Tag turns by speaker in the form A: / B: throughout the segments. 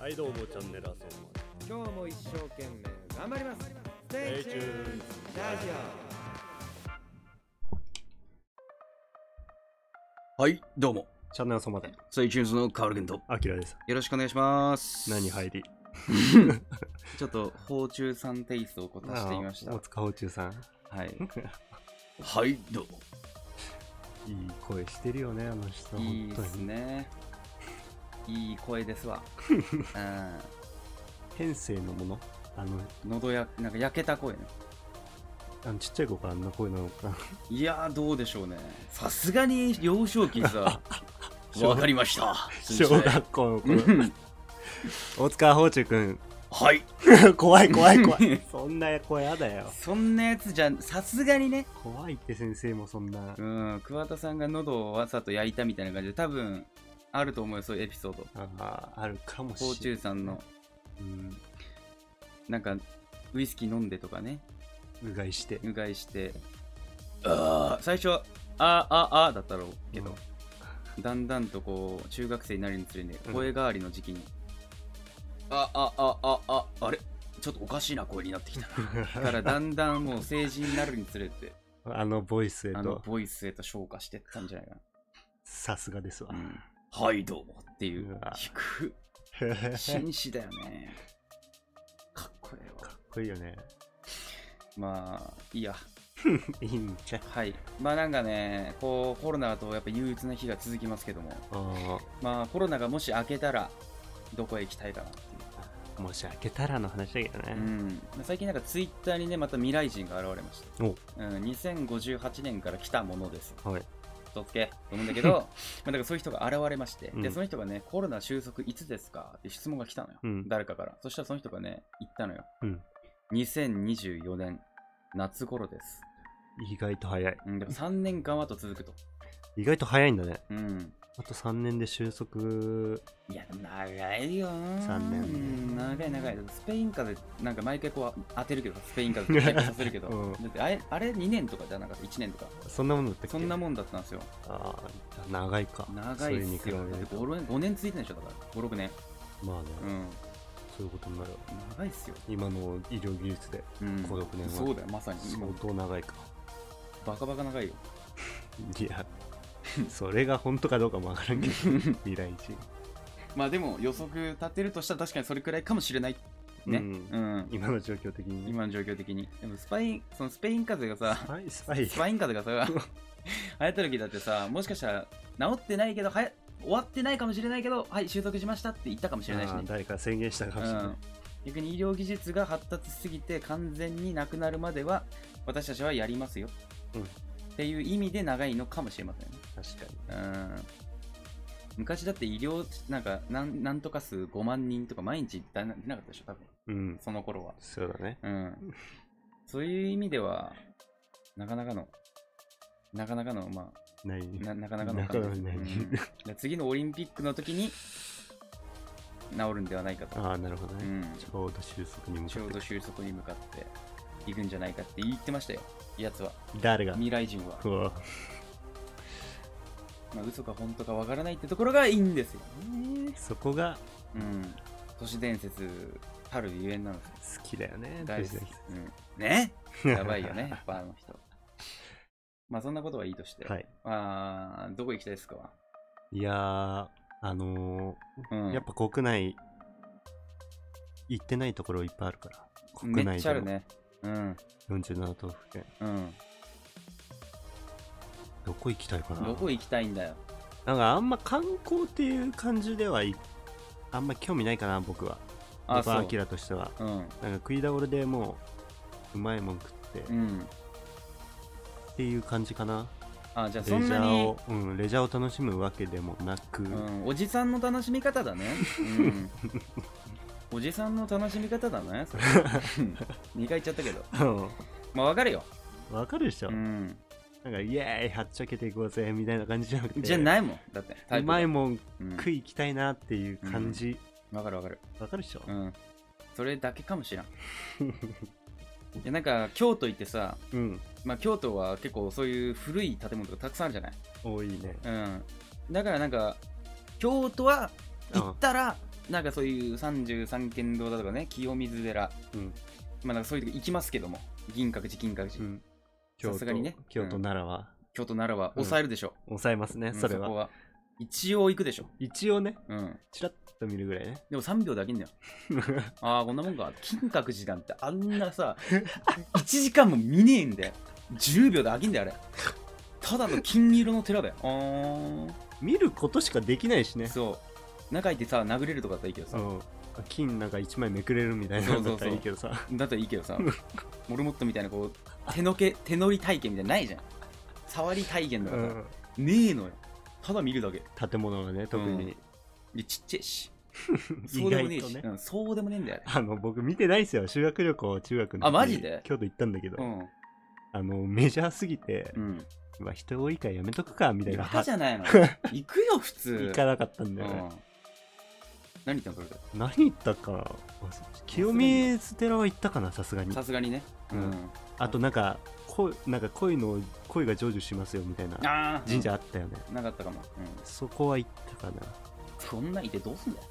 A: はいどうもチャンネルあそんま
B: 今日も一生懸命頑張ります Stay
A: Stay tuned.
B: tuned ラジ
C: はい、どうも。
A: チャンネルあそんまで
C: スイチューズのカオルゲント。
A: あきらです
C: よろしくお願いします。
A: 何入り
C: ちょっと、包中さんテイストをこう足してみまし
A: あ
C: た。
A: 大
C: は
A: 塚宝中 さん
C: い。はい、どうも。
A: いい声してるよねあの人
C: いい
A: 本当
C: です
A: に
C: ね。いい声ですわ。
A: 天性のものあの
C: うん。喉や、なんか焼けた声ね。
A: あのちっちゃい子からあんな声なのか
C: いやー、どうでしょうね。さすがに幼少期 さ、
A: 小
C: わかりました。
A: 小学校の
C: う
A: 頃
C: ん
A: 大塚宝中くん
C: はい。
A: 怖い怖い怖 いそんな声やだよ
C: そんなやつじゃ、さすがにね。
A: 怖いって先生もそんな
C: うん、桑田さんが喉をわざと焼いたみたいな感じで、多分、あると思うよ、そういうエピソード。
A: あーあるかも
C: 甲
A: しれ
C: 虫
A: ない
C: さんの
A: うん
C: なんかウイスキー飲んでとかね
A: うがいして
C: うがいしてあー最初はあーあーあーだったろうけど、だんだんとこう中学生になるにつれて
A: うん
C: 声変わりの時期に、あああああああれちょっとおかしいな声になってきた なからだんだんもう成人になるにつれ て
A: あのボイスへ
C: あの
A: と
C: ボイスへと昇華してったんじゃないか
A: さすがですわ
C: な、うん、はいどうもっていうう
A: わ
C: 低い紳士だよねかっこええわ
A: かっこいいよ ね。
C: まあいいや
A: いいんちゃう。
C: はい、まあなんかね、こうコロナだとやっぱ憂鬱な日が続きますけども、
A: あ
C: まあコロナがもし明けたら、どこへ行きたいかなって
A: あ、もし開けたらの話だけど
C: いう、う
A: ね。
C: ん、最近なんかツイッターにね、また未来人が現れまし
A: お
C: た、うん、2058年から来たものです、
A: はい。
C: 嘘つけと思うんだ けど、まあなんかそういう人が現れまして、
A: う
C: で
A: ん
C: その人がね、コロナ収束いつですかって質問が来たのよ、
A: うん
C: 誰かから。そしたらその人がね、言ったのよ、
A: うん
C: 2024年夏頃です、
A: 意外と早い。
C: うん、でも3年間はと続くと。
A: 意外と早いんだね。
C: うん
A: あと3年で収束。
C: いや、長いよー。
A: 残念
C: うん長い長い。スペイン風邪、なんか毎回こう当てるけど、スペイン風邪ってさせるけど、
A: うん
C: だってあれあれ2年とかじゃなかった、1年とか。
A: そんなもんだったっけ
C: そんな
A: もん。
C: もんだったんですよ。
A: ああ、長いか。
C: 長いっ
A: そ
C: す
A: れ
C: よ。
A: に比
C: だ
A: べ
C: っ
A: る
C: て
A: と。
C: 5年5年ついてないでしょ、だから。5、6年。
A: まあね、
C: うん。
A: そういうことになる。
C: 長いっすよ。
A: 今の医療技術で
C: うん。
A: 5 6年は
C: そうだよ、まさに。今
A: 相、当長いか。
C: バカバカ長いよ。
A: いや、 それが本当かどうかもわからんけ ど、未来人。
C: まあでも、予測立てるとしたら確かにそれくらいかもしれない。ね。
A: う
C: うんん。
A: 今の状況的にね。
C: 今の状況的に。でも、スパイン、そのスペイン風邪がさ
A: ス、パイスパイ
C: スパイン風邪がさ、流行った時だってさ、もしかしたら治ってないけど、はや終わってないかもしれないけど、はい、収束しましたって言ったかもしれないし
A: あ
C: ね
A: ー。誰か宣言したかもしれ
C: う
A: なん
C: 逆に医療技術が発達しすぎて完全になくなるまでは私たちはやりますよ、
A: うん
C: っていう意味で長いのかもしれませんね、
A: い。確かに。
C: うん、昔だって医療なんかなんなんとか数5万人とか毎日出な出なかったでしょ多分
A: うん、
C: その頃は
A: そうだね。
C: うん、そういう意味では、なかなかの、なかなかの、ま
A: ない
C: あ、ななかなかの感じです
A: なかなかの
C: うんだから次のオリンピックの時に治るんではないかと、
A: ああ、なるほど
C: う
A: ね。
C: ん、
A: ちょうど収束に向
C: ち
A: か
C: ょ
A: っ
C: う
A: て
C: ど収束に向かっていくんじゃないかって言ってましたよ、やつは、
A: 誰が
C: 未来人は。
A: うわ
C: まあ、嘘か本当かわからないってところがいいんですよね。
A: そこが
C: うん、都市伝説たるゆえんなんですよ。
A: 好きだよね。
C: 大好き
A: とり。
C: うん、 ね
A: あえず
C: やばいよね、。やっぱあの人。まあそんなことはいいとして、
A: はい。
C: まあ、どこ行きたいですか、
A: いやー、あの
C: うん
A: ー、やっぱ国内、行ってないところいっぱいあるから。国
C: めっ
A: 内
C: ちゃあ
A: で
C: る
A: も
C: ね。うん、
A: 47都府県。
C: うん。
A: どこ行きたいかな
C: どこ行きたいんだよ。
A: なんかあんま観光っていう感じではい、あんま興味ないかな、僕は。僕
C: あ、
A: は
C: そ
A: ア
C: う
A: キ。ラとしては。
C: うん、
A: なんか食い倒れでもう、うまいもん食って
C: う、ん。
A: っていう感じかな。
C: あ、じゃ
A: レ
C: あ
A: ジ
C: そんな
A: ャー
C: に
A: を、うん、レジャーを楽しむわけでもなく、
C: うん、おじさんの楽しみ方だね。 うん。おじさんの楽しみ方だね。それうん2回言っちゃったけど。まあわかるよ。
A: わかるでしょ、
C: うん。
A: なんかイエーイはっちゃけていこうぜみたいな感じじゃなくて
C: じゃないもん。だって。
A: うまい
C: ん。
A: もん
C: うん
A: 食い行きたいなっていう感じわ、
C: わかるわかる。
A: かるでしょ、
C: うん。それだけかもしらん。 いやなんか京都行ってさ、
A: うん、
C: まあ、京都は結構そういう古い建物とかたくさんあるじゃない、
A: 多いね
C: うん、だからなんか京都は行ったらなんかそういう三十三軒堂だとかね、清水寺、
A: うん
C: まあなんかそういうとこ行きますけども、銀閣寺、金閣寺、
A: うん京
C: さ
A: 都
C: すがにね
A: 京都
C: うん
A: 奈良は
C: 京都、奈良は抑えるでしょ。
A: 抑えますね、
C: うん
A: それ
C: こ
A: は
C: は。一応行くでしょ。
A: 一応ね
C: うん。
A: チラッと見るぐらいね
C: でも3秒 だけんだよ。ああ、こんなもんか。金閣寺なんてあんなさ、1時間も見ねえんだよ。10秒で飽きんだよ、あれ。ただの金色 の寺だよ。あー
A: 見ることしかできないしね
C: そう。中入ってさ、殴れるとかだったらいいけどさ。
A: うん金なんか1枚めくれるみたいな
C: そ
A: の
C: うそ
A: だ
C: う
A: っ
C: そ
A: た
C: う
A: らいいけどさ
C: だったらいいけど さ、モルモットみたいなこう、手のけ、手乗り体験みたいなのないじゃん。触り体験とかさ、ねえのよ。ただ見るだけ。
A: うん建物がね特に、
C: うんで、ちっちゃいし。そ
A: 意
C: うでも
A: 外
C: ねえ
A: と
C: し。
A: ね
C: うん、そうでもねえんだよ、あ
A: あの僕見てないですよ修学旅行中学の時に
C: あマジで
A: 京都行ったんだけど、
C: れ。
A: あのメジャーすぎて
C: う、ん。うん。
A: まあ、人多いからやめとくかみたいな
C: バカじゃ ないの行くよ普通
A: 行かなかったんだよね、
C: うん何言ったのそれで
A: 何行ったかなあそう清水寺は行ったかなさすがに
C: さすがにねうん、
A: うあとなんか恋なんか恋の恋が成就しますよみたいな
C: ああ
A: 神社あったよね、
C: なかったかも、うん、
A: そこは行ったかな
C: そんなんいてどうすんだよ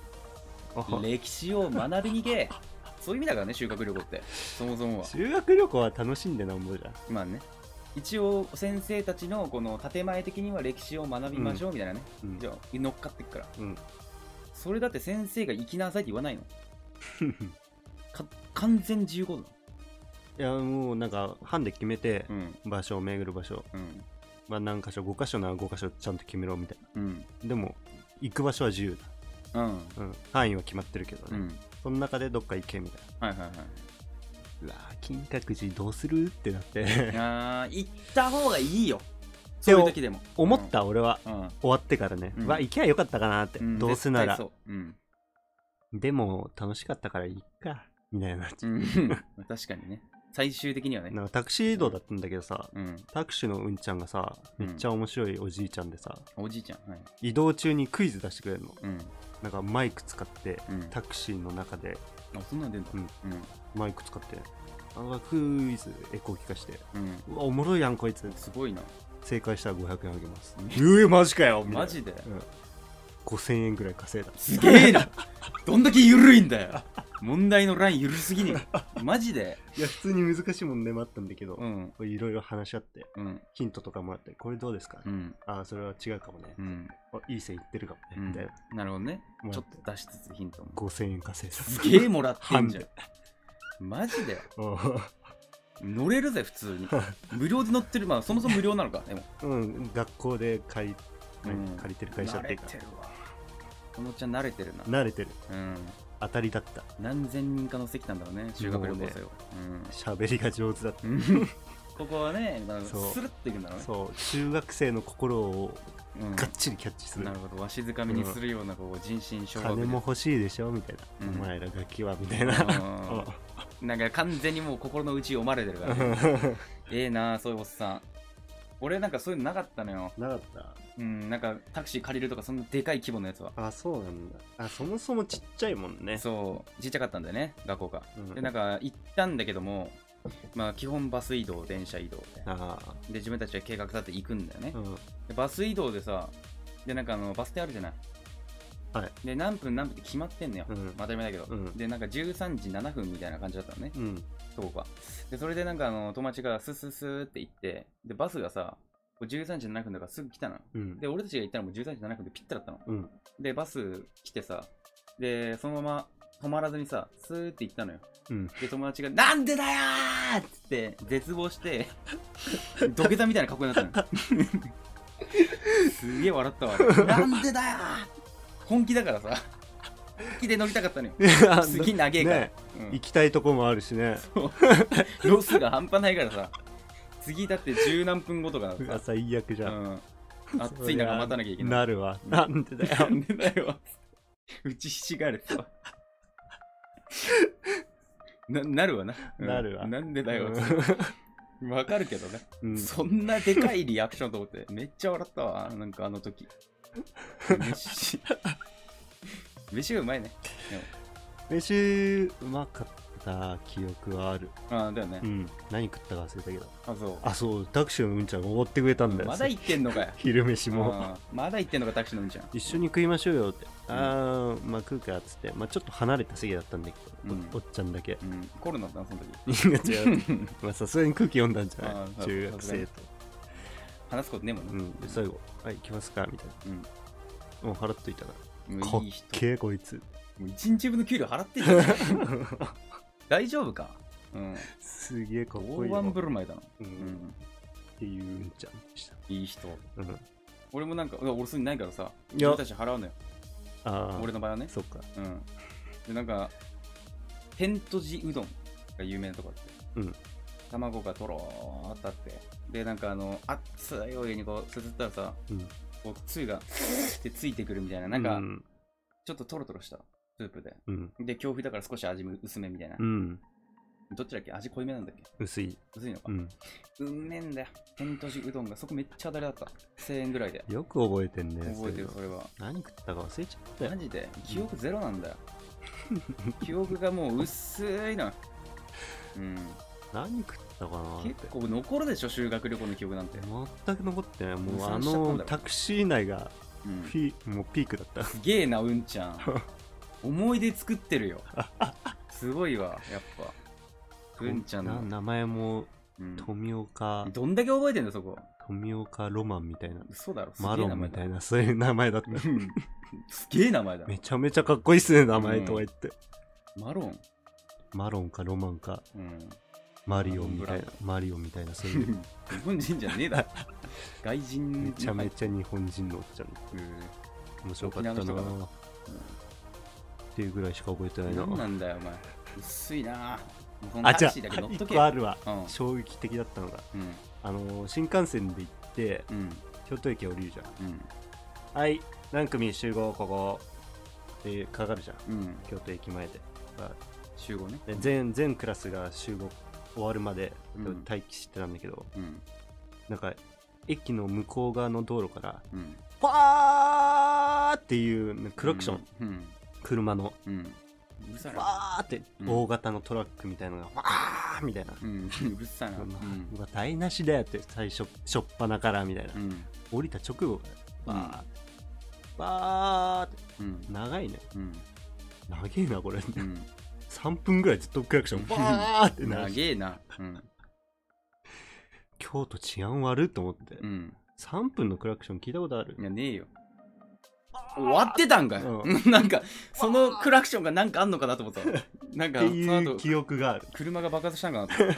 A: あは
C: 歴史を学びに行け そういう意味だからね修学旅行ってそもそもは
A: 修学旅行は楽しんでなんぼじゃん
C: まあね一応先生たちのこの建前的には歴史を学びましょうみたいなね、
A: うん
C: じゃあ乗っかってくから
A: うん
C: それだって先生が行きなさいって言わない のか完全自由行動
A: いやもうなんか班で決めて
C: うん
A: 場所を巡る場所、
C: うん
A: まあ、何箇所5箇所なら5箇所ちゃんと決めろみたい
C: うん
A: なでも行く場所は自由
C: うん
A: だ、うん、範囲は決まってるけど
C: う
A: ね、
C: ん
A: その中でどっか行けみたいな
C: はいはいはいう
A: わー金閣寺どうするってなって
C: いやー 行った方がいいよそういう時でも
A: 思った俺は
C: うん、うん
A: 終わってからね、
C: う
A: うんわ行きゃよかったかなって、
C: ん
A: どうせな
C: 絶対
A: ら
C: そううん、
A: でも楽しかったからいいかみたいな、
C: うん 確かにね最終的にはね
A: なんかタクシー移動だったんだけどさ
C: うん
A: タクシーのうんちゃんがさ
C: うん
A: めっちゃ面白いおじいちゃんでさ、
C: おじいちゃんはい
A: 移動中にクイズ出してくれるの
C: うん
A: なんかマイク使って
C: うん
A: タクシーの中で
C: あそんなん出んだ
A: うん
C: う
A: マイク使ってなんかクイズエコー聞かして
C: ん、うん
A: うわおもろいやんこいつ
C: すごいな
A: 正解したら500円あげます
C: う
A: うんえマジかよみたいな
C: マジで
A: うん、5000円ぐらい稼いだ
C: すげえな どんだけ緩いんだよ問題のライン緩すぎねえマジで
A: いや普通に難しい問題もあったんだけど、
C: うん
A: これいろいろ話し合って
C: うん
A: ヒントとかもらってこれどうですか、
C: うん
A: ああそれは違うかもね、
C: うん
A: あいい線いってるかもね、
C: うん
A: みたいな
C: なるほどね
A: も
C: ち
A: ら
C: ょ
A: っ
C: ってと出しつつヒントも
A: 5000円稼いだ
C: すげえもらってんじゃん
A: 半
C: マジで
A: う
C: 乗れるぜ普通に無料で乗ってるまあそもそも無料なのかでも
A: んうん学校で借り,、
C: うん
A: 借りてる会社っていうか
C: 慣れてるわこのおっちゃん慣れてるな
A: 慣れてる
C: うん
A: 当たりだった
C: 何千人か乗せてきたんだろうね修学旅行生を、
A: 喋りが上手だっ
C: うん ここはねなんか
A: そう
C: スルッといくんだろ
A: た
C: うね
A: そう中学生の心を
C: う、ん、
A: がっちりキャッチする
C: なるほどわしづかみにするようなこう人心掌握
A: 金も欲しいでしょみたいな、
C: うん
A: お前らガキはみたいな
C: うんなんか完全にもう心の内読まれてるから、ね、ええなあそういうおっさん俺なんかそういうのなかったのよ
A: なかった
C: うんなんかタクシー借りるとかそんなでかい規模のやつは
A: あそうなんだあそもそもちっちゃいもんね
C: そうちっちゃかったんだよね学校が、
A: うん
C: でなんか行ったんだけどもまあ基本バス移動電車移動で
A: ああ
C: で自分たちは計画立てて行くんだよね、
A: うん
C: でバス移動でさでなんかあのバス停あるじゃない
A: はい
C: で何分何分って決まってんのよ、
A: うん
C: 当たり前だけど、
A: うん
C: でなんか13時7分みたいな感じだったのね
A: うん
C: そこがでそれでなんかあの友達がスススーって行ってでバスがさこう13時7分だからすぐ来たの
A: うん
C: で俺たちが行ったのもう13時7分でピッタだったの
A: うん
C: でバス来てさでそのまま止まらずにさスーって行ったのよ
A: うん
C: で友達が「なんでだよ!」っつって絶望して 土下座みたいな格好になったの すげえ笑ったわあれなんでだよ本気だからさ本気で乗りたかったのよすげえ長えから、
A: ね
C: うん
A: 行きたいとこもあるしね
C: ロスが半端ないからさ次だって十何分後とかだ
A: うわ
C: か
A: 最悪じ
C: ら
A: ゃ
C: さ、
A: ん、
C: うん、暑い中待たなきゃいけない
A: なるわ なんでだよ
C: なんでだよ打ちひしがれてさななるわな、うん
A: なるわ
C: なんでだよ わかるけどね、
A: うん
C: そんなでかいリアクションと思ってめっちゃ笑ったわなんかあの 時飯飯がうまいね
A: 飯うまかった記憶はある、
C: ああだよね、
A: うん、何食ったか忘れたけど
C: あそう
A: あそうタクシーのうんちゃんがおごってくれたんだよ、
C: まだ言ってんのかよ
A: 昼飯も
C: あーまだ言ってんのかタクシーのうんちゃん
A: 一緒に食いましょうよって、ああ飯、まあ、食うかっつって、まあ、ちょっと離れた席だったんだけど、
C: うん
A: おっちゃんだ け
C: うん、コロナだったなその時
A: 違う まあさすがに空気読んだんじゃ
C: あ
A: な
C: ー
A: い中学生と、
C: 話すことねえもん
A: う
C: ね、
A: ん、で最後「はい行きますか」みたいな
C: うん
A: もう払っといたか
C: もう
A: らかっ
C: いい人
A: けえこいつ
C: もう1日分の給料払ってんじゃん 大丈夫かうん
A: すげえかっこ
C: 大
A: いいよ
C: 盤振る舞いだな
A: う、
C: うんん
A: っていううんちゃんでした、
C: いい人
A: うん、
C: 俺もなんか俺そういうのないからさ
A: いや
C: 俺たち払うのよ
A: ああ
C: 俺の場合はね
A: そっか
C: うんでなんか天とじうどんが有名なとこあって、
A: うん
C: 卵がとろーっとあってでなんかあの熱いお湯にこうすすったらさ
A: うん
C: こうつゆがってついてくるみたいななんか
A: うん
C: ちょっとトロトロしたスープで
A: うん、
C: で強風だから少し味も薄めみたいな、
A: うん、
C: どっちだっけ味濃いめなんだっけ
A: 薄い、
C: 薄いの
A: う、
C: か
A: ん、
C: うん、めえんだよ天とじうどんがそこめっちゃ当たりだった1000円ぐらいで
A: よく覚えてんね
C: 覚えてる
A: そう
C: そ
A: いうの
C: れは
A: 何食ったか忘れちゃったよ
C: マジで記憶ゼロなんだよ記憶がもう薄いのうん
A: 何食ったかなって
C: 結構残るでしょ修学旅行の記憶なんて、
A: 全く残ってないもうあ
C: 無酸しちゃったんだ
A: の
C: ろ
A: タクシー内が
C: うん す
A: ピ,、もうピークだった
C: げえなうん ちゃん思い出作ってるよすごいわやっぱうんちゃん
A: な
C: の、
A: 名前も
C: うん、
A: 富岡
C: どんだけ覚えてんだよそこ
A: 富岡ロマンみたいな
C: 嘘だろすげえ
A: マロ
C: 名
A: ン
C: 前
A: み
C: だ
A: たいなそういう名前だった
C: うんすげえ名前だ
A: めちゃめちゃかっこいいっすね名前とか言って、
C: マロン、
A: マロンかロマンか
C: うん、
A: マリオンみたいな
C: マロンブラン
A: マリオンみたいなそういう
C: 日本人じゃねえだろ外人の
A: めちゃめちゃ日本人のおっちゃん面白かったな
C: 沖縄の人
A: ぁっていうぐらいしか覚えてないな
C: 何なんだよお前薄いなもうこの
A: あじゃ
C: タク
A: あ
C: シーだけ乗っと
A: 1
C: け
A: 個あるわ
C: うん
A: 衝撃的だったのが
C: うん
A: あのー新幹線で行って
C: うん
A: 京都駅降りるじゃん
C: うん
A: はい、何組集合ここでかかるじゃん、
C: うん
A: 京都駅前で。ま
C: 集合ね
A: あで全全クラスが集合終わるまで
C: うん
A: 待機してたんだけど、
C: うん
A: なんか駅の向こう側の道路から、
C: うん
A: パーっていうクラクション、
C: うん
A: 車の、
C: うんうるさいな
A: パーって
C: うん
A: 大型のトラックみたいのが、わーみたいな。
C: うんうるさいなう
A: うんわ台無しだよって最初初っ端からみたいな、
C: うん
A: 降りた直後
C: うん
A: バーバーって
C: うん
A: 長いね
C: うん
A: 長えなこれ
C: うん
A: 3分ぐらいずっとクラクションバーってな
C: 長えなうん
A: 京都治安悪いと思って、
C: うん
A: 3分のクラクション聞いたことある
C: いやねえよ終わってたんかよ、なんかそのクラクションがなんかあんのかなと 思ったわなん
A: っ
C: か
A: て
C: そ
A: い
C: の
A: う
C: 後
A: 記憶がある
C: 車が爆発したんかなと思っ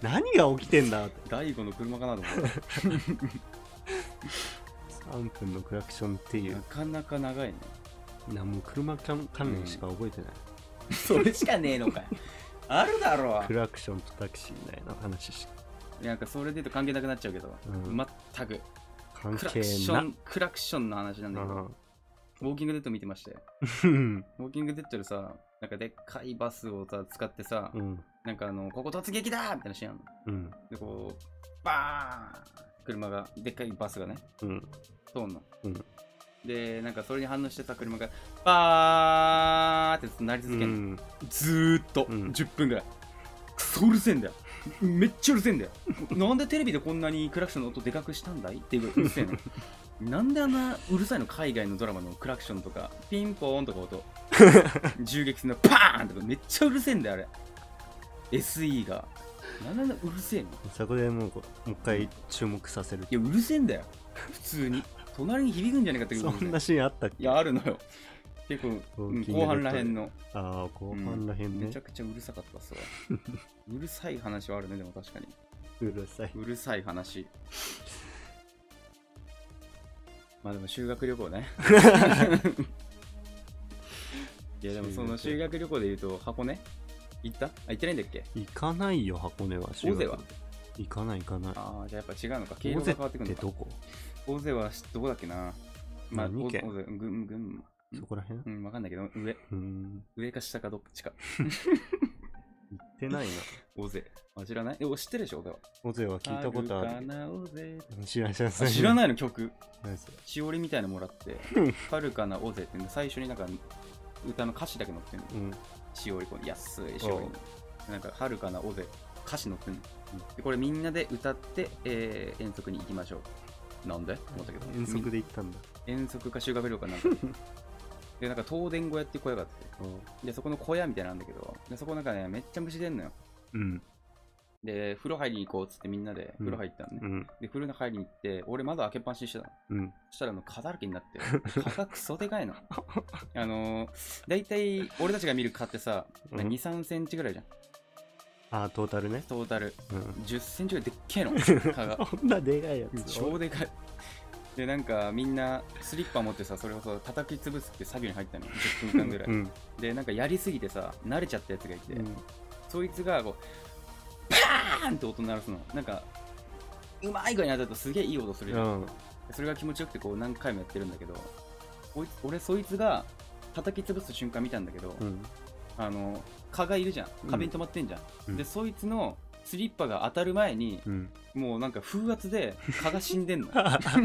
C: た
A: 何が起きてんだって
C: 大悟の車かなと思っ
A: 3分のクラクションって
C: て
A: い
C: な
A: う
C: かなか長いね
A: なもう車関関連しか覚えてない、
C: それしかねえのかよあるだろ
A: クラクションとタクシーみたいな話しか
C: なんかそれで言うと関係なくなっちゃうけど、
A: うん
C: 全く
A: 関
C: クラク
A: 係
C: シ
A: な
C: ョ
A: い
C: ンクラクションの話なんだけど、ウォーキングデッド見てまして
A: うん
C: ウォーキングデッドでさなんかでっかいバスをさ使ってさ、
A: うん
C: なんかあのここ突撃だみたいなシーンあるの
A: うん
C: でこうバーン車がでっかいバスがね
A: うん
C: 通んの、
A: うん
C: でなんかそれに反応してさ車がバーって鳴り
A: う
C: 続ける、
A: ん
C: ずーっと、
A: うん
C: 10分ぐらいクソうるせえんだよめっちゃうるせえんだよなんでテレビでこんなにクラクションの音でかくしたんだいっていうぐらいうるせえの なんであんなうるさいの海外のドラマのクラクションとかピンポーンと か音銃撃戦のパーンとかめっちゃうるせえんだよあれ SE がなんであんなうるせえの
A: そこでもうこうもう一回注目させる
C: いやうるせえんだよ普通に隣に響くんじゃねえかってぐ
A: そ
C: らいうんる
A: な
C: せ
A: シーンあったっ
C: えい
A: け
C: やあるのよ結構、
A: ウ
C: う
A: ォ
C: ん
A: ーキングデッド
C: 後半らへんの
A: ああ後半らへん
C: め
A: ね
C: ちゃ、くちゃうるさかったっすわ うるさい話はあるねでも確かに
A: うるさいう
C: るさい話まあでも修学旅 行ねいやでもその修学旅行で言うと箱根行ったあ行ってないんだっけ
A: 行かないよ箱根は
C: 大勢は
A: 行かない行かない
C: ああじゃあやっぱ違うのか経
A: 大
C: 路が
A: 勢
C: 変わ
A: っ
C: ってくる
A: て
C: のか
A: どこ
C: 大勢はどこだっけなまあ
A: 何
C: 大勢
A: 県
C: 群群馬
A: そこらへんう
C: うんわかんないけど上
A: ーん
C: 上か下かどっちか
A: 行ってない な
C: 大勢あ知らないえお知ってるでしょ俺は
A: 大勢は聞いたことあ
C: か
A: る
C: な大勢
A: 知らん知らん
C: あ知らないいの曲
A: 何それ
C: しおりみたいなのもらって「はるかな大勢」ってね最初になんか歌の歌詞だけ載ってんの
A: うん
C: しおりこの安いしおりのなんか「はるかな大勢」歌詞載ってんのでこれみんなで歌って、えー遠足に行きましょうなんで思ったけど
A: 遠足で行ったんだ
C: 遠足か修学旅行かなんかで、なんか東電小屋っていう小屋があって、で、そこの小屋みたいなんだけど、で、そこなんかね、めっちゃ虫出んのよ。
A: うん。
C: で、風呂入りに行こうっつってみんなで風呂入ったのね。
A: うん。
C: で、風呂入りに行って、俺窓開けっぱなしにしてたの。
A: うん。
C: そしたらあの蚊だらけになって、蚊がクソでかいの。あのー、大体俺たちが見る蚊ってさ、
A: うん
C: 2、3センチぐらいじゃん。
A: あー、トータルね。
C: トータル。
A: うん。
C: 10センチぐらいでっけえの、 蚊が。
A: こんなでかいやつ。
C: 超でかい。で、なんかみんなスリッパ持ってさ、それをさ、叩き潰すって作業に入ったの。10分間ぐらい。
A: うん。
C: で、なんかやりすぎてさ、慣れちゃったやつがいて、
A: うん
C: そいつがこう、パーンって音鳴らすの。なんか、うまい具合に当たるとすげえいい音するじゃん
A: うん。
C: それが気持ちよくてこう何回もやってるんだけどこいつ俺そいつが叩き潰す瞬間見たんだけど、
A: うん。
C: あの蚊がいるじゃん
A: うん
C: 壁に止まってんじゃん、
A: うん
C: でそいつのスリッパが当たる前に
A: うん。
C: もうなんか風圧で蚊が死 んでんのバ
A: ど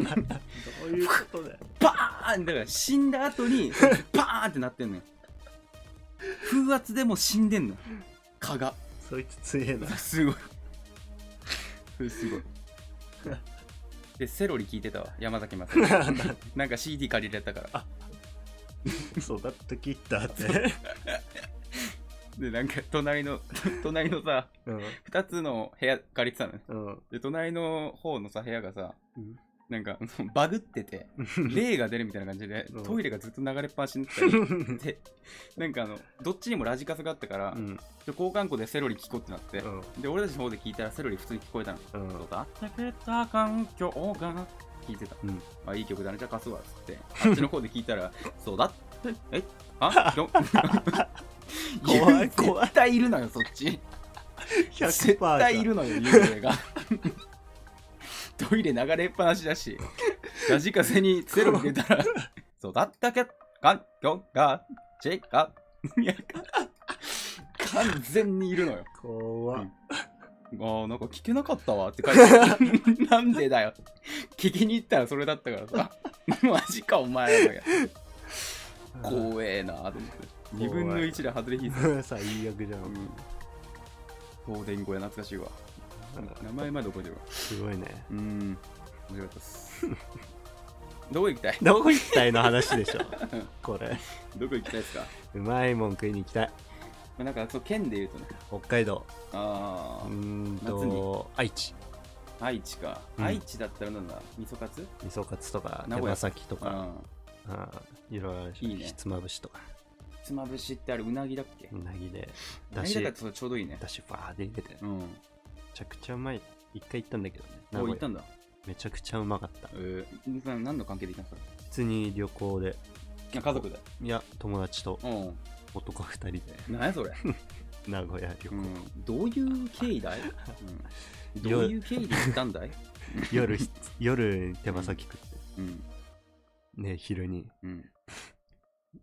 A: ういうことだよ。
C: ーンだから死んだ後にバーンってなってんのよ風圧でもう死んでんの蚊が
A: そいつ強えな。
C: すごいそ れすごいでセロリ聞いてたわ山崎まさ なんか CD 借りれたから
A: 育ってきたって。
C: でなんか隣の 隣のさ
A: うん。
C: 2つの部屋借りてたのね
A: うん。
C: で隣の方のさ部屋がさ
A: うん
C: なんか バグってて霊が出るみたいな感じで
A: うん
C: トイレがずっと流れっぱなしにな ってたでなんかあのどっちにもラジカセがあったから、
A: う
C: で
A: ん。
C: 交換庫でセロリ聞こうってなって、
A: うん。
C: で俺たちの方で聞いたらセロリ普通に聞こえたの
A: う
C: と
A: ん。
C: か「けた環境が」聞いてた、
A: うん
C: あいい曲だねじゃあ貸すわっつ ってあっちの方で聞いたら「そうだってえ あど
A: 怖い怖い
C: 絶対いるのよそっち
A: 100%
C: 絶
A: パー
C: 対
A: じゃ
C: い
A: ん。
C: るのよ幽霊が トイレ流れっぱなしだしラジカセにゼロ入れたら「そうだったけ環境がチェッカー」いや完全にいるのよ
A: 怖っ
C: ああ、なんか聞けなかったわって書いてあるなんでだよ。聞きに行ったらそれだったからさ。マジか、お前らが。怖えなと思って。2分の1で外れ引いた。
A: うん最悪じゃ。
C: うんん東電小屋懐かしいわ。名前まで覚えてるわ。
A: すごいね。
C: うーん。面白かったっす。どこ行きたい
A: どこ行きたいの話でしょ。これ。
C: どこ行きたいですか、ま
A: うまいもん食いに行きたい。
C: あ、なんか、そう、県で言うとね。
A: 北海道。う
C: ああ、
A: ーん
C: 夏
A: と、愛知。
C: 愛知か。
A: うん
C: 愛知だったらなんだ味噌カツ
A: 味噌カツとか、
C: 名
A: 手
C: 古屋
A: 羽先と
C: う
A: か、
C: ん。
A: うんいろいろあるでしょ
C: いいね
A: ひつまぶしとか、
C: ひつまぶしってあれ、うなぎだっけ
A: うなぎで、
C: う
A: だ
C: なぎ
A: し、
C: だっ
A: だ
C: たらちょうどいいね。
A: しファーで入れて、め
C: うん。
A: ちゃくちゃうまい。一回行ったんだけどね。名
C: お
A: 古
C: 行
A: 屋
C: ったんだ。
A: めちゃくちゃうまかった。
C: えー、な何の関係で行ったんです
A: 普通に旅行で、
C: か家族で。
A: いや、友達と
C: うん。
A: 男二人で、
C: 何やそれ。
A: 名古屋旅
C: う
A: 行。
C: ん。どういう経緯だい、うん、どういう経緯で行ったんだ い
A: 夜、ひ夜、手羽先食って、
C: うん。
A: ね、昼に、
C: うん。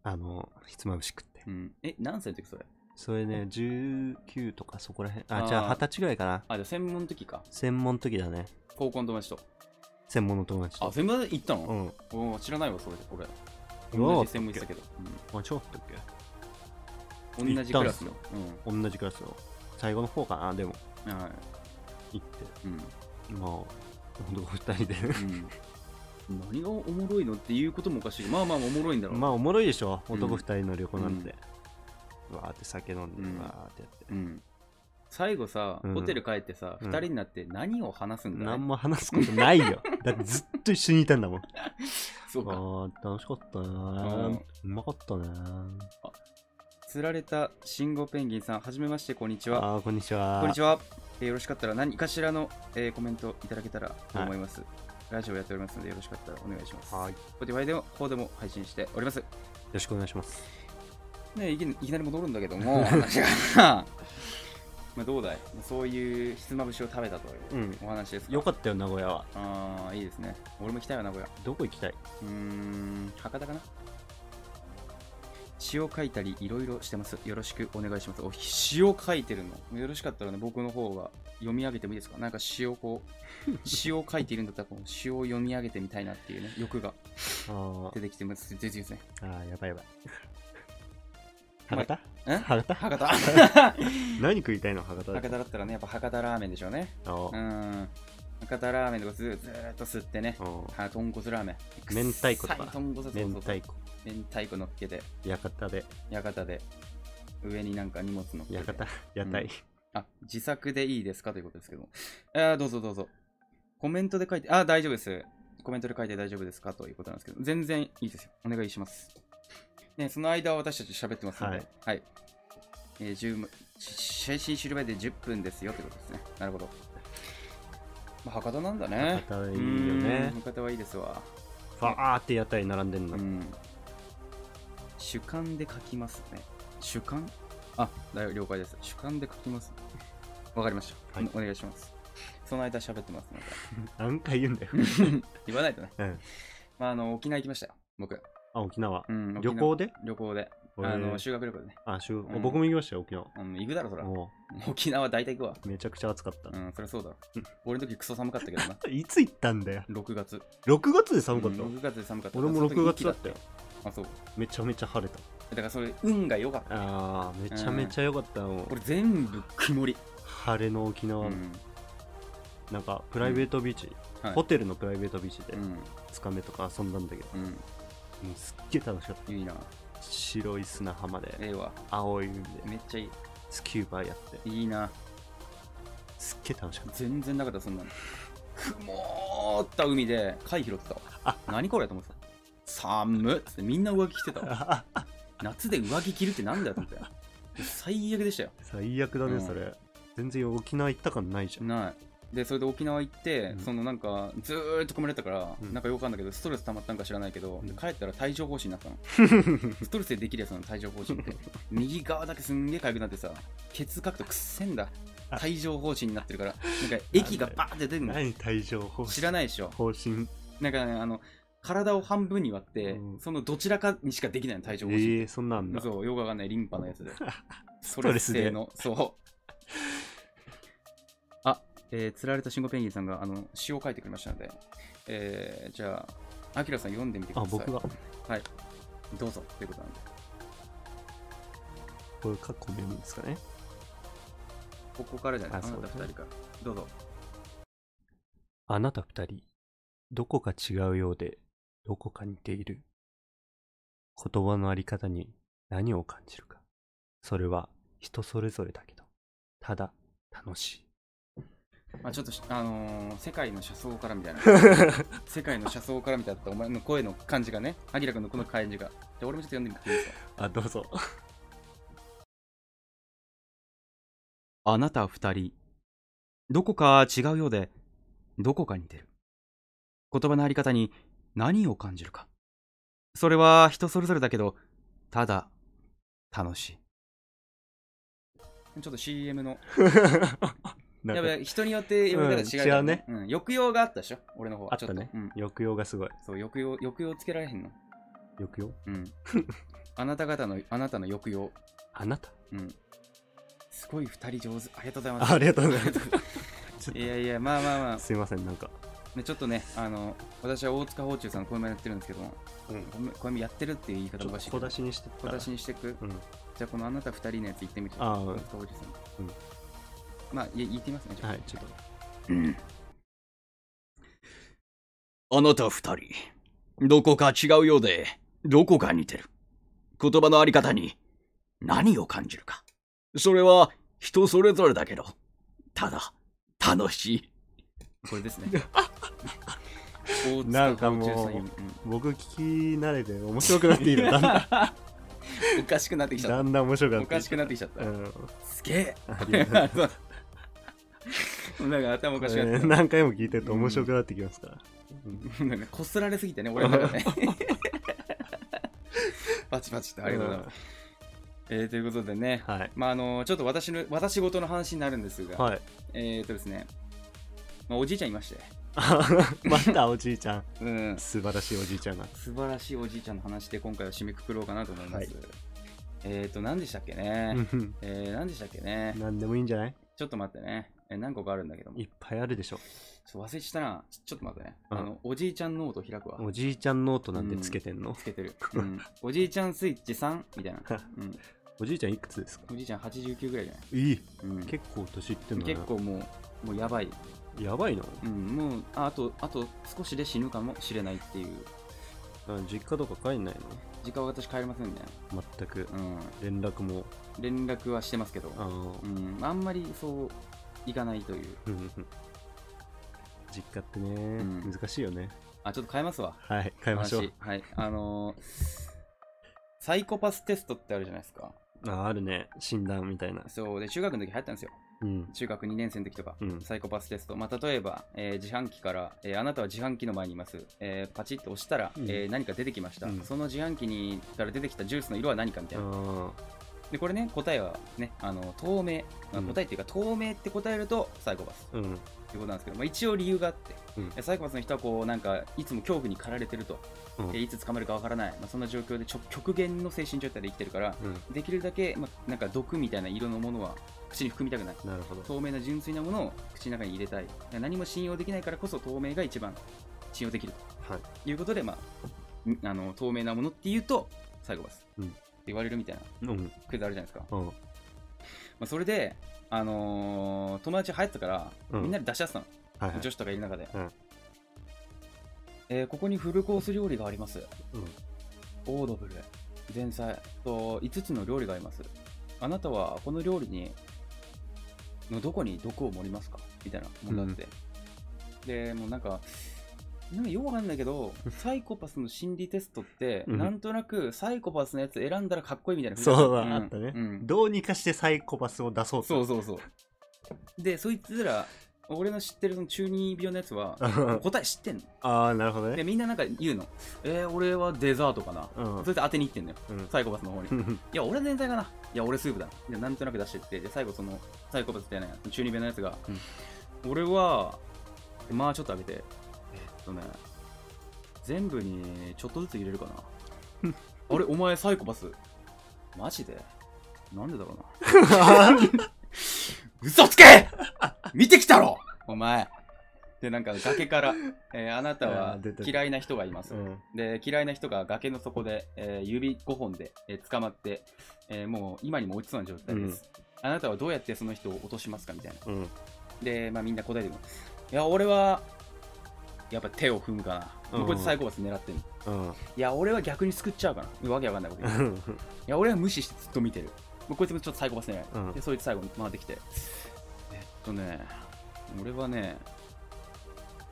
A: あの、ひつまぶし食って
C: う。ん。え、何歳の時それ
A: それね、19とかそこらへん。
C: あ
A: あ、
C: ー
A: じゃあ二十歳ぐらいかな。
C: あ、じゃあ専門の時か。
A: 専門の時だね。
C: 高校の友達と。
A: 専門の友達
C: あ、
A: と。
C: 専門で行った
A: う
C: の、
A: ん。
C: うん、おー知らないわ、それ。俺。
A: う
C: 同
A: わ
C: じ専門行ってたけど。
A: あ、ちょっとっけ
C: うん、同じクラスの
A: 行。
C: う
A: 同じクラスの最後の方かなでも
C: ん。はい。
A: 行って
C: うん。
A: まあ男2人で
C: うん。何がおもろいのっていうこともおかしい。まあまあおもろいんだろう。
A: まあおもろいでしょ
C: ん
A: 男2人の旅行なんて、うわーって酒飲んで、
C: うん
A: わーってやって、
C: うん。最後さ、
A: うん
C: ホテル帰ってさ、
A: う
C: 二
A: ん
C: 人になって何を話すんだい
A: 何も話すことないよだってずっと一緒にいたんだもん
C: そうか。
A: あー楽しかった
C: う
A: ね
C: ん
A: うまかったね
C: 釣られた信号ペンギンさん、はじめまして、こんにちは。
A: あーこんにちは
C: こんにちは、えーよろしかったら何かしらの、えーコメントいただけたらと思います。ラジオやっておりますので、よろしかったらお願いします。
A: はいよ
C: Spotify でも、方でも配信しております。
A: ろしくお願いします
C: ねいきいきなり戻るんだけども、 話が。まあどうだいそういうひつまぶしを食べたという
A: うん
C: お話ですか。
A: よかったよ名古屋は
C: ああ、いいですね。俺も行きたいわ、名古屋。
A: どこ行きたいう
C: ーん、博多かな詩を書いたりいろいろしてます。よろしくお願いします。お詩を書いてるの。よろしかったらね、僕の方が読み上げてもいいですかなんか詩をこ う、詩を書いているんだったらこう、詩を読み上げてみたいなっていうね、欲が
A: あー
C: 出てきてます。出てきてますね。
A: あーやばいやばい博多
C: え
A: 博多
C: 博多博
A: 何食いたいの博多で
C: 多だったらね、やっぱ博多ラーメンでしょうね。
A: あー
C: うん。博多ラーメンとかずずーっと吸ってね
A: う、ん
C: あ豚骨ラーメン
A: 明太子とか
C: 臭い豚骨そうそう
A: 明
C: そう
A: 太子
C: 明太子乗っけて
A: 屋形で
C: 屋形で上になんか荷物乗っけて
A: 屋形屋台、
C: あ自作でいいですかということですけどもあーどうぞどうぞコメントで書いてあー大丈夫ですコメントで書いて大丈夫ですかということなんですけど全然いいですよお願いしますねその間は私たち喋ってますのでは
A: はいい、
C: えー、10むししシルバイで10分ですよということですねなるほど、まあ、博多なんだね
A: 博多いいよね
C: うん博多はいいですわ
A: ファーって屋台並んでんの、
C: うん。主観で書きますね。主観あ、だ了解です。主観で書きます。 わかりました、
A: はい
C: お願いします。その間喋ってます
A: 何回言うんだよ、
C: ので。言わないとね。
A: うん、
C: まあ、あの、沖縄行きましたよ。僕。
A: あ沖縄
C: う、ん、
A: 旅
C: 沖縄
A: 行で
C: 旅行で。
A: へー
C: あの、修学旅行でね。
A: あしゅ、
C: ん
A: 僕も行きましたよ沖縄
C: うん、行くだろ、そら。
A: も
C: 沖縄大体行くわ。
A: うめちゃくちゃ暑かった、
C: うん、そりゃそうだろ
A: うん。
C: 俺の時クソ寒かったけど な。
A: いつ行ったんだよ
C: 6月。
A: 6月で寒かった、
C: うん6月で寒かった。
A: 俺も6月だったよ。
C: あ、そう。
A: めちゃめちゃ晴れた
C: だからそれ、運が良かった。
A: あーめちゃめちゃ良かったもう
C: 俺全部曇り。
A: 晴れの沖
C: う
A: 縄、
C: ん。
A: なんかプライベートビーチ、
C: はい
A: ホテルのプライベートビーチで
C: うん。
A: 2日目とか遊んだんだけど、
C: うん。
A: もうすっげえ楽しかった
C: いいな。
A: 白い砂浜で
C: ええわ。
A: 青い海で
C: めっちゃいい。
A: スキューバやって
C: いいな。
A: すっげえ楽しかっ
C: 全然なかった、そんなの。曇った海で貝拾ってたわ。何これと思ってた。寒っつってみんな上着着てたわ。
A: た
C: 夏で上着着るってなんだよと思って。最悪でしたよ。
A: 最悪だね、
C: うん
A: それ全然沖縄行った感ないじゃん
C: ない。で、それで沖縄行って、
A: うん
C: そのなんか、ずーっと曇れてたから、
A: うん
C: なんかよくわかんないけど、ストレス溜まったんか知らないけど、
A: うん
C: 帰ったら帯状疱疹になったの。 ストレスでできるやつなの、帯状疱疹って。右側だけすんげえ痒くなってさ、ケツ書くとくっせんだ。帯状疱疹になってるから、なんか液がバーって出てるの。
A: 何帯状方
C: 知
A: 針
C: らないでしょ
A: 方針
C: なんかねあの体を半分に割って、
A: うん
C: そのどちらかにしかできないの体調
A: え
C: 方針、
A: ー、そんなんだ
C: そうよくわかんないリンパのやつでス
A: トレ スで
C: 性のそうあえー、釣られたシンゴペンギンさんがあの詩を書いてくれましたので、えー、じゃあアキラさん読んでみてくだ
A: あ
C: さい
A: 僕が
C: どうぞということなんで
A: これ過去メモですかね
C: ここからじゃない
A: あ
C: あなた
A: そうですね
C: 二人からどうぞ
A: あなた二人、どこか違うようで、どこか似ている。言葉のあり方に何を感じるか。それは人それぞれだけど、ただ楽しい。
C: まあ、ちょっとし、あのー世界の車窓から みたいな。世界の車窓からみたいだったお前の声の感じがね、アキラ君のこの感じが。じゃあ俺もちょっと読んでみていいですか。
A: あ、どうぞ。
C: あなた二人、どこか違うようで、どこか似てる。言葉のあり方に何を感じるか。それは人それぞれだけど、ただ、楽しい。ちょっと CM の。
A: なん
C: や
A: か
C: べ、人によって読み方違うから、うん。抑揚があったでしょ、俺の方は。
A: あったね
C: ちょっとうん。
A: 抑揚がすごい。
C: そう、抑揚、抑揚つけられへんの。
A: 抑揚
C: うん。あなた方の、あなたの抑揚。
A: あなた
C: うん。すごい二人上手。ありがとうございます。
A: あありがとうご ざいます。
C: ます。いやいや、まあまあまあ、
A: すいません、なんか。
C: ね、ちょっとね、あの、私は大塚芳忠さんの声もやってるんですけども、
A: うん
C: 声も声もやってるっていう言い
A: ち
C: 方
A: ょ
C: お
A: っ
C: か
A: と
C: しいけ
A: 小
C: ど。
A: 出しにしてた
C: 小出しにしてく。
A: うん。
C: じゃあ、このあなた二人のやつ言ってみて。
A: あー
C: 大塚芳忠さん。
A: うん
C: まあ、い言ってみますね。じゃあ
A: はい、ちょっと。
D: あなた二人、どこか違うようで、どこか似てる。言葉のあり方に何を感じるか。それは人それぞれだけど、ただ楽しい。
C: これですね。大
A: なんか
C: 塚芳
A: もう
C: 忠さんより。
A: 僕聞き慣れて面白くなっていい の。だんだ
C: うんおかしくなってき
A: ん、
C: ちゃ
A: だ
C: っ
A: んだん面白く
C: た。
A: な
C: お
A: って
C: か
A: き
C: しくなってきちゃった
A: た。う。ん。
C: すげえ
A: ありがとうございます
C: そう なんか頭おかしくなっ
A: え
C: て
A: ー何回も聞いてると面白くなってきますから。うん
C: たなんか こすられすぎてね、俺の中 で。パチパチってありがとうございます。えーということでね、
A: うんはい。
C: まああのちょっと私の私事の話になるんですが、
A: はい。
C: えーとですね、まあ、おじいちゃんいまして、
A: またおじいち ゃん。
C: うん、
A: 素晴らしいおじいちゃんが。
C: 素晴らしいおじいちゃんの話で今回は締めくくろうかなと思います。
A: はい
C: えーと、何でしたっけね、
A: うん
C: えー、何でしたっけね、
A: 何でもいいんじゃない
C: ちょっと待ってね、えー何個かあるんだけども、
A: い
C: ち
A: っぱいあるでしょ。
C: ょっと忘れちゃったな、ちょちょっと待ってね、
A: うん
C: あのおじいちゃんノート開くわ。
A: おじいちゃんノートなんてつけてんの
C: つけてる、うん、おじいちゃんスイッチ3みたいな、うん、
A: おじいちゃんいくつですか
C: おじいちゃん89ぐらいじゃない、
A: いい。
C: うん、
A: 結構年いってんの
C: 結構もうもうやばい
A: やばいな。
C: うん、もうああとあと少しで死ぬかもしれないっていう
A: あ実家とか帰んない
C: 時間は私帰れませんね
A: の全く
C: うん
A: 連絡も。
C: 連絡はしてますけど
A: あの
C: うんあんまりそういかないという
A: うんうん実家ってね、
C: ん
A: 難しいよね。
C: あちょっと変えますわ
A: はい、変えましょう
C: 話。はいあのーサイコパステストってあるじゃないですか
A: ああるね、診断みたいな。
C: そうで中学の時流行ったんですよ
A: うん。
C: 中学2年生の時とか、
A: うん
C: サイコパステスト、まあ、例えば、えー自販機から、えーあなたは自販機の前にいます、えーパチッと押したら、
A: うん
C: えー何か出てきました、
A: うん
C: その自販機にから出てきたジュースの色は何かみたいな、
A: あ
C: でこれね答えはねあの透明、あ
A: うん
C: 答えっていうか透明って答えるとサイコパス
A: あ、うん。
C: ということなんですけど、まあ、一応理由があって、
A: うん
C: えサイコパスの人はこうなんかいつも恐怖に駆られてると、
A: うん
C: えーいつ捕まるかわからない、まあ、そんな状況でちょ極限の精神状態で生きてるから
A: うん。
C: できるだけ、まあ、なんか毒みたいな色のものは口に含みたくない
A: なるほど。
C: 透明な純粋なものを口の中に入れたい何も信用できないからこそ透明が一番信用できる
A: はい。
C: ということで、まあ、んあの透明なものっていうとサイコパス、
A: うん
C: って言われるみたいな
A: うん。
C: クイズあるじゃないですか、ま
A: うん。
C: あ、それで、あのー友達流行ったから、
A: うん
C: みんなで出し合ってたの、
A: はい、はい
C: 女。子とかいる中で、
A: うん
C: えーここにフルコース料理があります
A: うん。
C: オードブル前菜と5つの料理がありますあなたはこの料理にのどこに毒を盛りますかみたいな問題あって、でもうなんかなんかよくわかんないけどサイコパスの心理テストって、
A: うん
C: なんとなくサイコパスのやつ選んだらかっこいいみたいな
A: そうだ
C: ん
A: あったね
C: うん
A: どうにかしてサイコパスを出そうと。
C: そうそうそうでそいつら俺の知ってるその中二病のやつは答え知ってんの
A: ああ、なるほど
C: で
A: ね。
C: みんななんか言うのえー、俺はデザートかな、
A: うん
C: そいつ当てにいってんのよ
A: うん
C: サイコパスの方に
A: うん。
C: いや、俺全体かな。いや、俺スープだ。で、なんとなく出してって、で、最後その、サイコパスってね、中二病のやつが、俺は、まあちょっと上げて、えっとね、全部にちょっとずつ入れるかな。 あれ、お前サイコパス。マジでなんでだろうな。 嘘つけ 見てきたろお前。で、なんか崖から、えーあなた
A: あ
C: は
A: ー出てる
C: 嫌いな人がいます
A: う。ん。
C: で嫌いな人が崖の底で、えー指5本で、えー捕まって、えーもう今にも落ちそうな状態です、あなたはどうやってその人を落としますかみたいな
A: うん。
C: で、まあ、みんな答えてくるいや俺はやっぱ手を踏むかな、
A: うん
C: こいつサイコパス狙ってる
A: うん。
C: いや俺は逆に救っちゃうかなわけわかんないこと言 ういや俺は無視してずっと見てるもうこいつもちょっとサイコパス狙い、
A: うん
C: でそいつ最後に回ってきてえっとね俺はね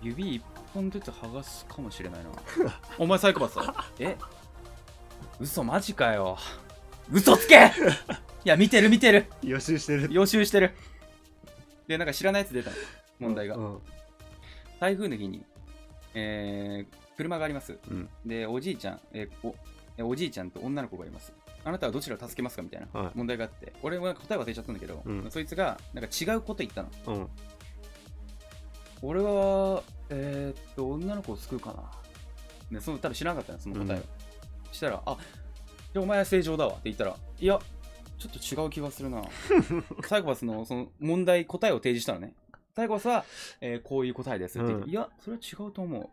C: 指一本ずつ剥がすかもしれないな お前サイコパスだえ嘘マジかよ嘘 つけいや見てる見てる
A: 予習してる。
C: 予習してるでなんか知らないやつ出たの問題が、
A: うん。
C: 台風の日に、えー車があります
A: うん。
C: でおじいちゃん、えーおえーおじいちゃんと女の子がいますあなたはどちらを助けますかみたいな
A: はい
C: 問題があって、俺もなんか答え忘れちゃったんだけど、
A: うん
C: そいつがなんか違うこと言ったの
A: うん。
C: 俺はえーっと女の子を救うかな、ね、その多分知らなかったのその答えを、
A: うん
C: したら「あじゃあお前は正常だわ」って言ったら「いやちょっと違う気がす るな」サイコパスのその問題答えを提示したのねサイコパスは、えーこういう答えですって言って、
A: うん
C: いやそれは違うと思う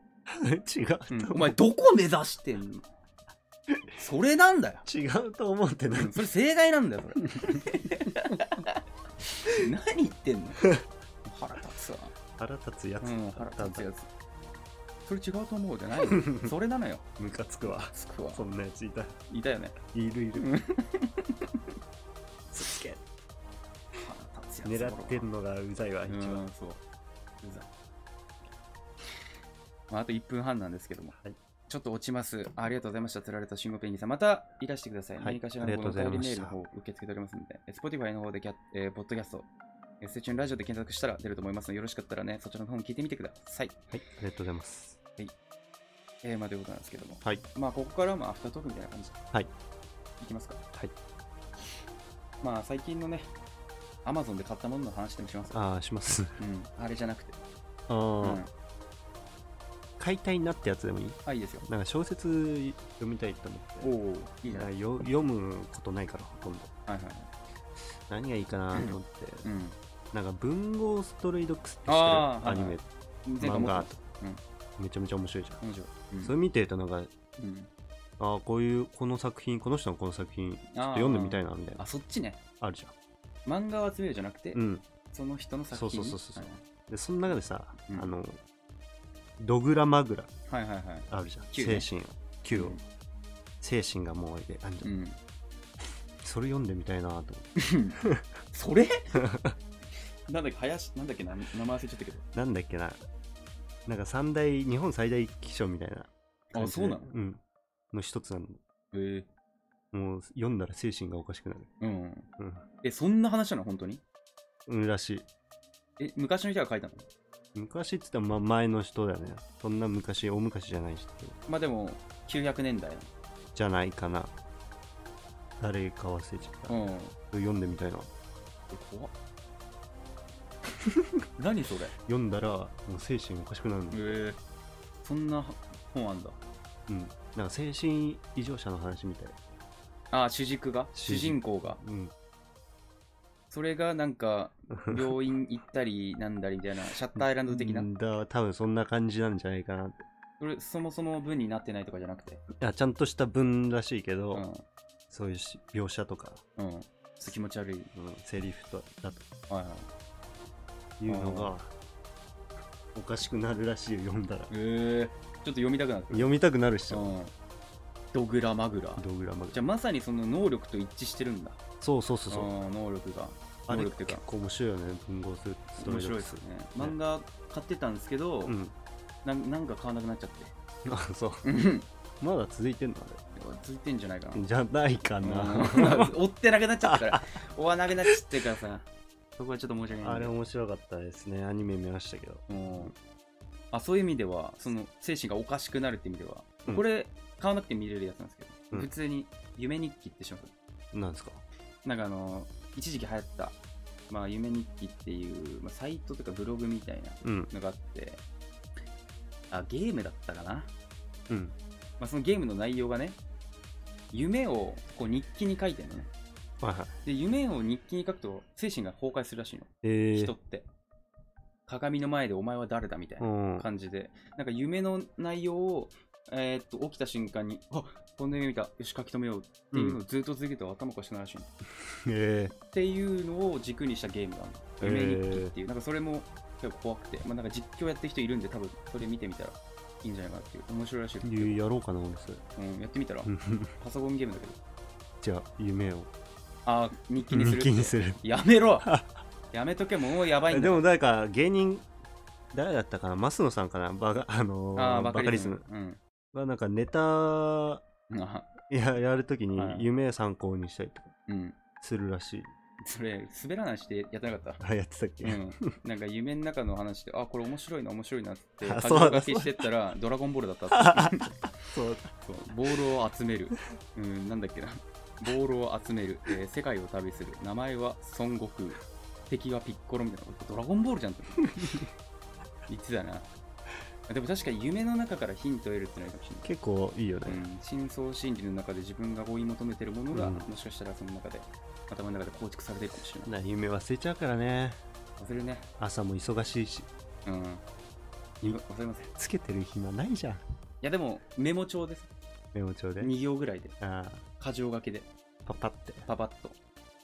A: 違う。
C: お前どこ目指してん のそれなんだよ
A: 違うと思ってない。
C: それ正解なんだよそ れ何言って んの腹立つわ
A: 腹立つやつ。
C: うん腹立つやつそれ違うと思うじゃ ないのそれなのよ
A: ムカつくわ。
C: つくわ
A: そんなやついた。
C: いたよね
A: いるいる。
C: 腹立つやつ
A: 狙ってんのがうざいわ、一
C: うん
A: 番。
C: そううざいまあ、あと1分半なんですけども、
A: はい
C: ちょっと落ちます。ありがとうございました。釣られた慎吾ペンギンさん、またいらしてください。
A: はい
C: 何かしらの
A: ありがとうござい
C: お便
A: ま
C: りメ
A: し
C: ール
A: た
C: の方を受け付けておりますので、え Spotify の方でキャッ、えーポッドキャスト、えステチューンラジオで検索したら出ると思いますので、よろしかったらね、そちらの方も聞いてみてください。
A: はい、ありがとうございます。
C: えーまあ、ということなんですけども、
A: はい。
C: まあ、ここからはまあアフタートークみたいな感じで、
A: はい。
C: いきますか。
A: はい。
C: まあ、最近のね、Amazon で買ったものの話でもしますか。
A: ああ、します。
C: うん、あれじゃなくて。
A: あ
C: う
A: あ
C: ん。
A: 買いたいなってやつでもいい
C: あ、いいですよ。
A: なんか小説読みたいと思って。
C: おお、いいじゃ
A: な
C: ない。
A: よ読むことないからほとんど
C: はいはいはい。
A: 何がいいかなと思って、
C: うん。
A: なんか文豪ストレイドックスって知ってる
C: あー
A: アニメ、
C: はい前回
A: 漫
C: も
A: 画
C: 面
A: と
C: うん
A: めちゃめちゃ面白いじゃん、
C: 白い。うん
A: それ見てるとなんか
C: うん
A: ああこういうこの作品この人のこの作品ちょっと読んでみたいなみたいな
C: あ、そっちね。
A: あるじ
C: 漫画を集めるじゃなくて
A: ゃん、う、ん、
C: その人の作
A: そう
C: 品
A: そうそうそう
C: はい
A: でその中でさ、
C: うん
A: あのドグラマグラ
C: はいはいはい。
A: あるじゃん、
C: 球ね
A: 精神球を、
C: うん
A: 精神がもうえあんじゃ、
C: うんん。
A: それ読んでみたいなと思って
C: そ れなんだっけ、林、なんだっけな、名前忘れちゃったけど。
A: なんだっけななんか三大日本最大気象みたいな感じで
C: あそうなの
A: うんの一つなの
C: え
A: もう読んだら精神がおかしくなる
C: えうん。
A: うん
C: え、そんな話なの本当に
A: うんらしい
C: え、昔の人が書いたの
A: 昔って言ってもまあ前の人だよねそんな昔大昔じゃない人
C: まあでも、900年代
A: じゃないかな誰か忘れちゃった、
C: の。うん。え、
A: 読んでみたいな
C: 怖 っ。何それ
A: 読んだらもう精神おかしくなるの、
C: ええそんな本あんだ。
A: うんなんか精神異常者の話みたい
C: あー、主軸が
A: 主
C: 主
A: 軸
C: 人公が。
A: うん
C: それがなんか、病院行ったり、なんだりみたいな、シャッターアイランド的な
A: う。んだ多分そんな感じなんじゃないかなって
C: それ、そもそも文になってないとかじゃなくて。
A: いやちゃんとした文らしいけ
C: う
A: ど、
C: ん。
A: そういうし描写とか、
C: うん。ちょっと気持ち悪い。
A: うん、セリフとだと
C: はいはい。
A: いうのがおかしくなるらしいよ読んだら
C: えー、ちょっと読みたくなって
A: 読みたくなるっし
C: う
A: ょ
C: ん。ドグラマグラ。
A: ドグラマが
C: じゃあまさにその能力と一致してるんだ。
A: そうそうそうそう、
C: ん能力が。
A: あ
C: 能
A: れ
C: 力ってい
A: 結
C: うか。
A: 構面白いよね文豪する
C: 面白いですよね。漫画買ってたんですけど、
A: うん
C: なん、なんか買わなくなっちゃって。
A: あそう
C: うん
A: まだ続いてんのあ
C: ついてんじゃないかな
A: れ。じゃないかな
C: うん追ってなくなっちゃったから、追わなくなっちゃってからさ、そこはちょっと申し訳な い
A: あ
C: ん
A: れ
C: だけど。
A: 面白かったですねアニメ見ましたけど
C: うんあそういう意味では、その精神がおかしくなるって意味では、
A: うん
C: これ、買わなくて見れるやつなんですけど、
A: うん
C: 普通に夢日記ってします
A: なんですか
C: なんかあの、一時期流行った、まあ、夢日記っていう、まあ、サイトとかブログみたいな
A: うん
C: のがあって、あ、ゲームだったかな。
A: うん
C: まあ、そのゲームの内容がね、夢をこう日記に書いてるのね。
A: はいはい
C: で、夢を日記に書くと精神が崩壊するらしいの。
A: え
C: 人
A: ー
C: って。鏡の前でお前は誰だみたいうなん感じで、なんか夢の内容を、えーっと、起きた瞬間に、あこんな夢見た、よし、書き留めようっていうのをずっと続けて頭おかしくなるらしいの。
A: え
C: っていうのを軸にしたゲームがあるの夢日記っていう、なんかそれも結構怖くて、まあ、なんか実況やってる人いるんで、多分それ見てみたらいいんじゃないかなっていう、面白いらしいですけど
A: ーやろうかな俺それ
C: うん、やってみたら、
A: うん
C: パソコンゲームだけど、
A: じゃあ夢を
C: あー日記にする
A: 日
C: って
A: 記にする
C: やめろやめとけ、もうやばいんだ
A: でも誰か芸人誰だったかな増野さんかなバカ,、あのー
C: あ
A: バ
C: ー
A: カリズム。
C: うん
A: はなんかネタ
C: うんあ
A: ややるときに
C: はい
A: 夢参考にしたりとか
C: うん、
A: するらしい、
C: それ、滑らないしてやってなかった。
A: あやってたっけ、
C: うん、なんか夢の中の話で、あ、これ面白いな、面白いなって、
A: あ
C: 箇
A: そうだ
C: 条書きしてったら、ドラゴンボールだったっていう
A: そう
C: そうボールを集める、うん、なんだっけな、ボールを集める、えー世界を旅する、名前は孫悟空、敵はピッコロみたいな、ドラゴンボールじゃんって 言ってたな。でも確かに夢の中からヒントを得るってのがいいかもしれない。
A: 結構いいよ
C: う
A: ね、
C: ん、深層心理の中で自分が追い求めてるものが、
A: うん
C: もしかしたらその中で頭の中で構築されてるかもしれない
A: な夢忘れちゃうからね
C: 忘れるね
A: 朝も忙しいし
C: うん
A: い
C: 忘れませんい
A: つけてる暇ないじゃん
C: やでもメモ帳です
A: メモ帳で
C: 2行ぐらいで
A: ああ
C: 箇条書きで
A: パパって
C: パパッと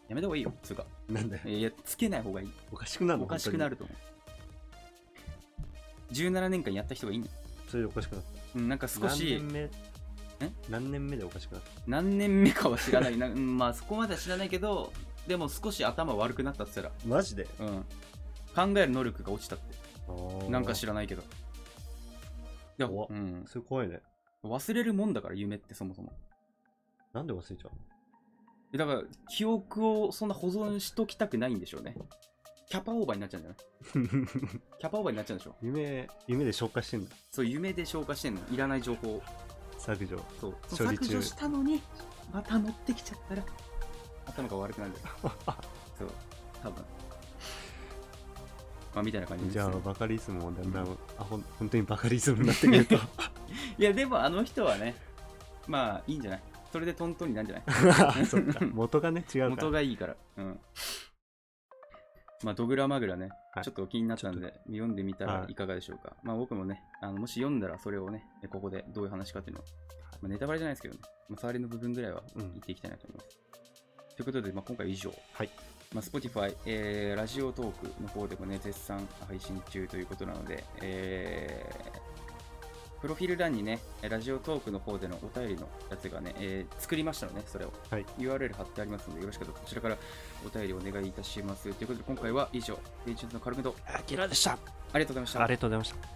C: やめた方がいいよつうか
A: なんだよ
C: いやつけない方がいい
A: おかしくなるの
C: おかしくなると思う17年間やった人がいいんだよ
A: 本当にそれでおかしくなった
C: うん、なんか少し
A: 何年目何年目でおかしくなっ
C: 何年目かは知らないな、うん、まあそこまでは知らないけどでも少し頭悪くなったっつったら、
A: たマジで
C: うん、考える能力が落ちたってなんか知
A: ら
C: らないけど。いや、
A: 怖っ
C: うん、
A: それ怖いね
C: 忘れるもんだから、夢ってそもそも。
A: なんで忘れちゃうの
C: えだから、記憶をそんな保存しときたくないんでしょうね。キャパオーバーになっちゃうんじゃない キャパオーバーになっちゃうんでしょ
A: 夢夢で消化してんだ
C: そう、夢で消化してんの。いらない情報を。
A: 削除
C: そう。
A: 処理中
C: 削除したのに、また乗ってきちゃったら、頭が悪くなる んだよ。そう、多分。まあ、みたいな感じです、ね。
A: じゃあバカリズムもだんだん、あほん本当にバカリズムになってくると
C: いや、でもあの人はね、まあ、いいんじゃないそれでトントンになるんじゃな い
A: そっか元がね違うから
C: 元がいいから。うん。まあ、ドグラマグラね、
A: はい
C: ちょっと気になったん
A: ちょ
C: で、読んでみた
A: は
C: ら
A: い
C: いかがでしょうか。まあ、僕もね、あのもし読んだらそれをね、ここでどういう話かっていうのを、まあ、ネタバレじゃないですけどね、まあ、触りの部分ぐらいは
A: うん
C: 言っていきたいなと思います。ということで、まあ、今回以上。
A: はい
C: まあ、Spotify、えーラジオトークの方でもね、絶賛配信中ということなので、えープロフィール欄にね、ラジオトークの方でのお便りのやつがね、えー作りましたので、ね、それを、
A: はい
C: URL 貼ってありますので、よろしかったらこちらからお便りお願いいたします。ということで、今回は以上、レイチューズのカルメド、
A: あきらでした。あ
C: ありがとうございました。
A: りがとうございました。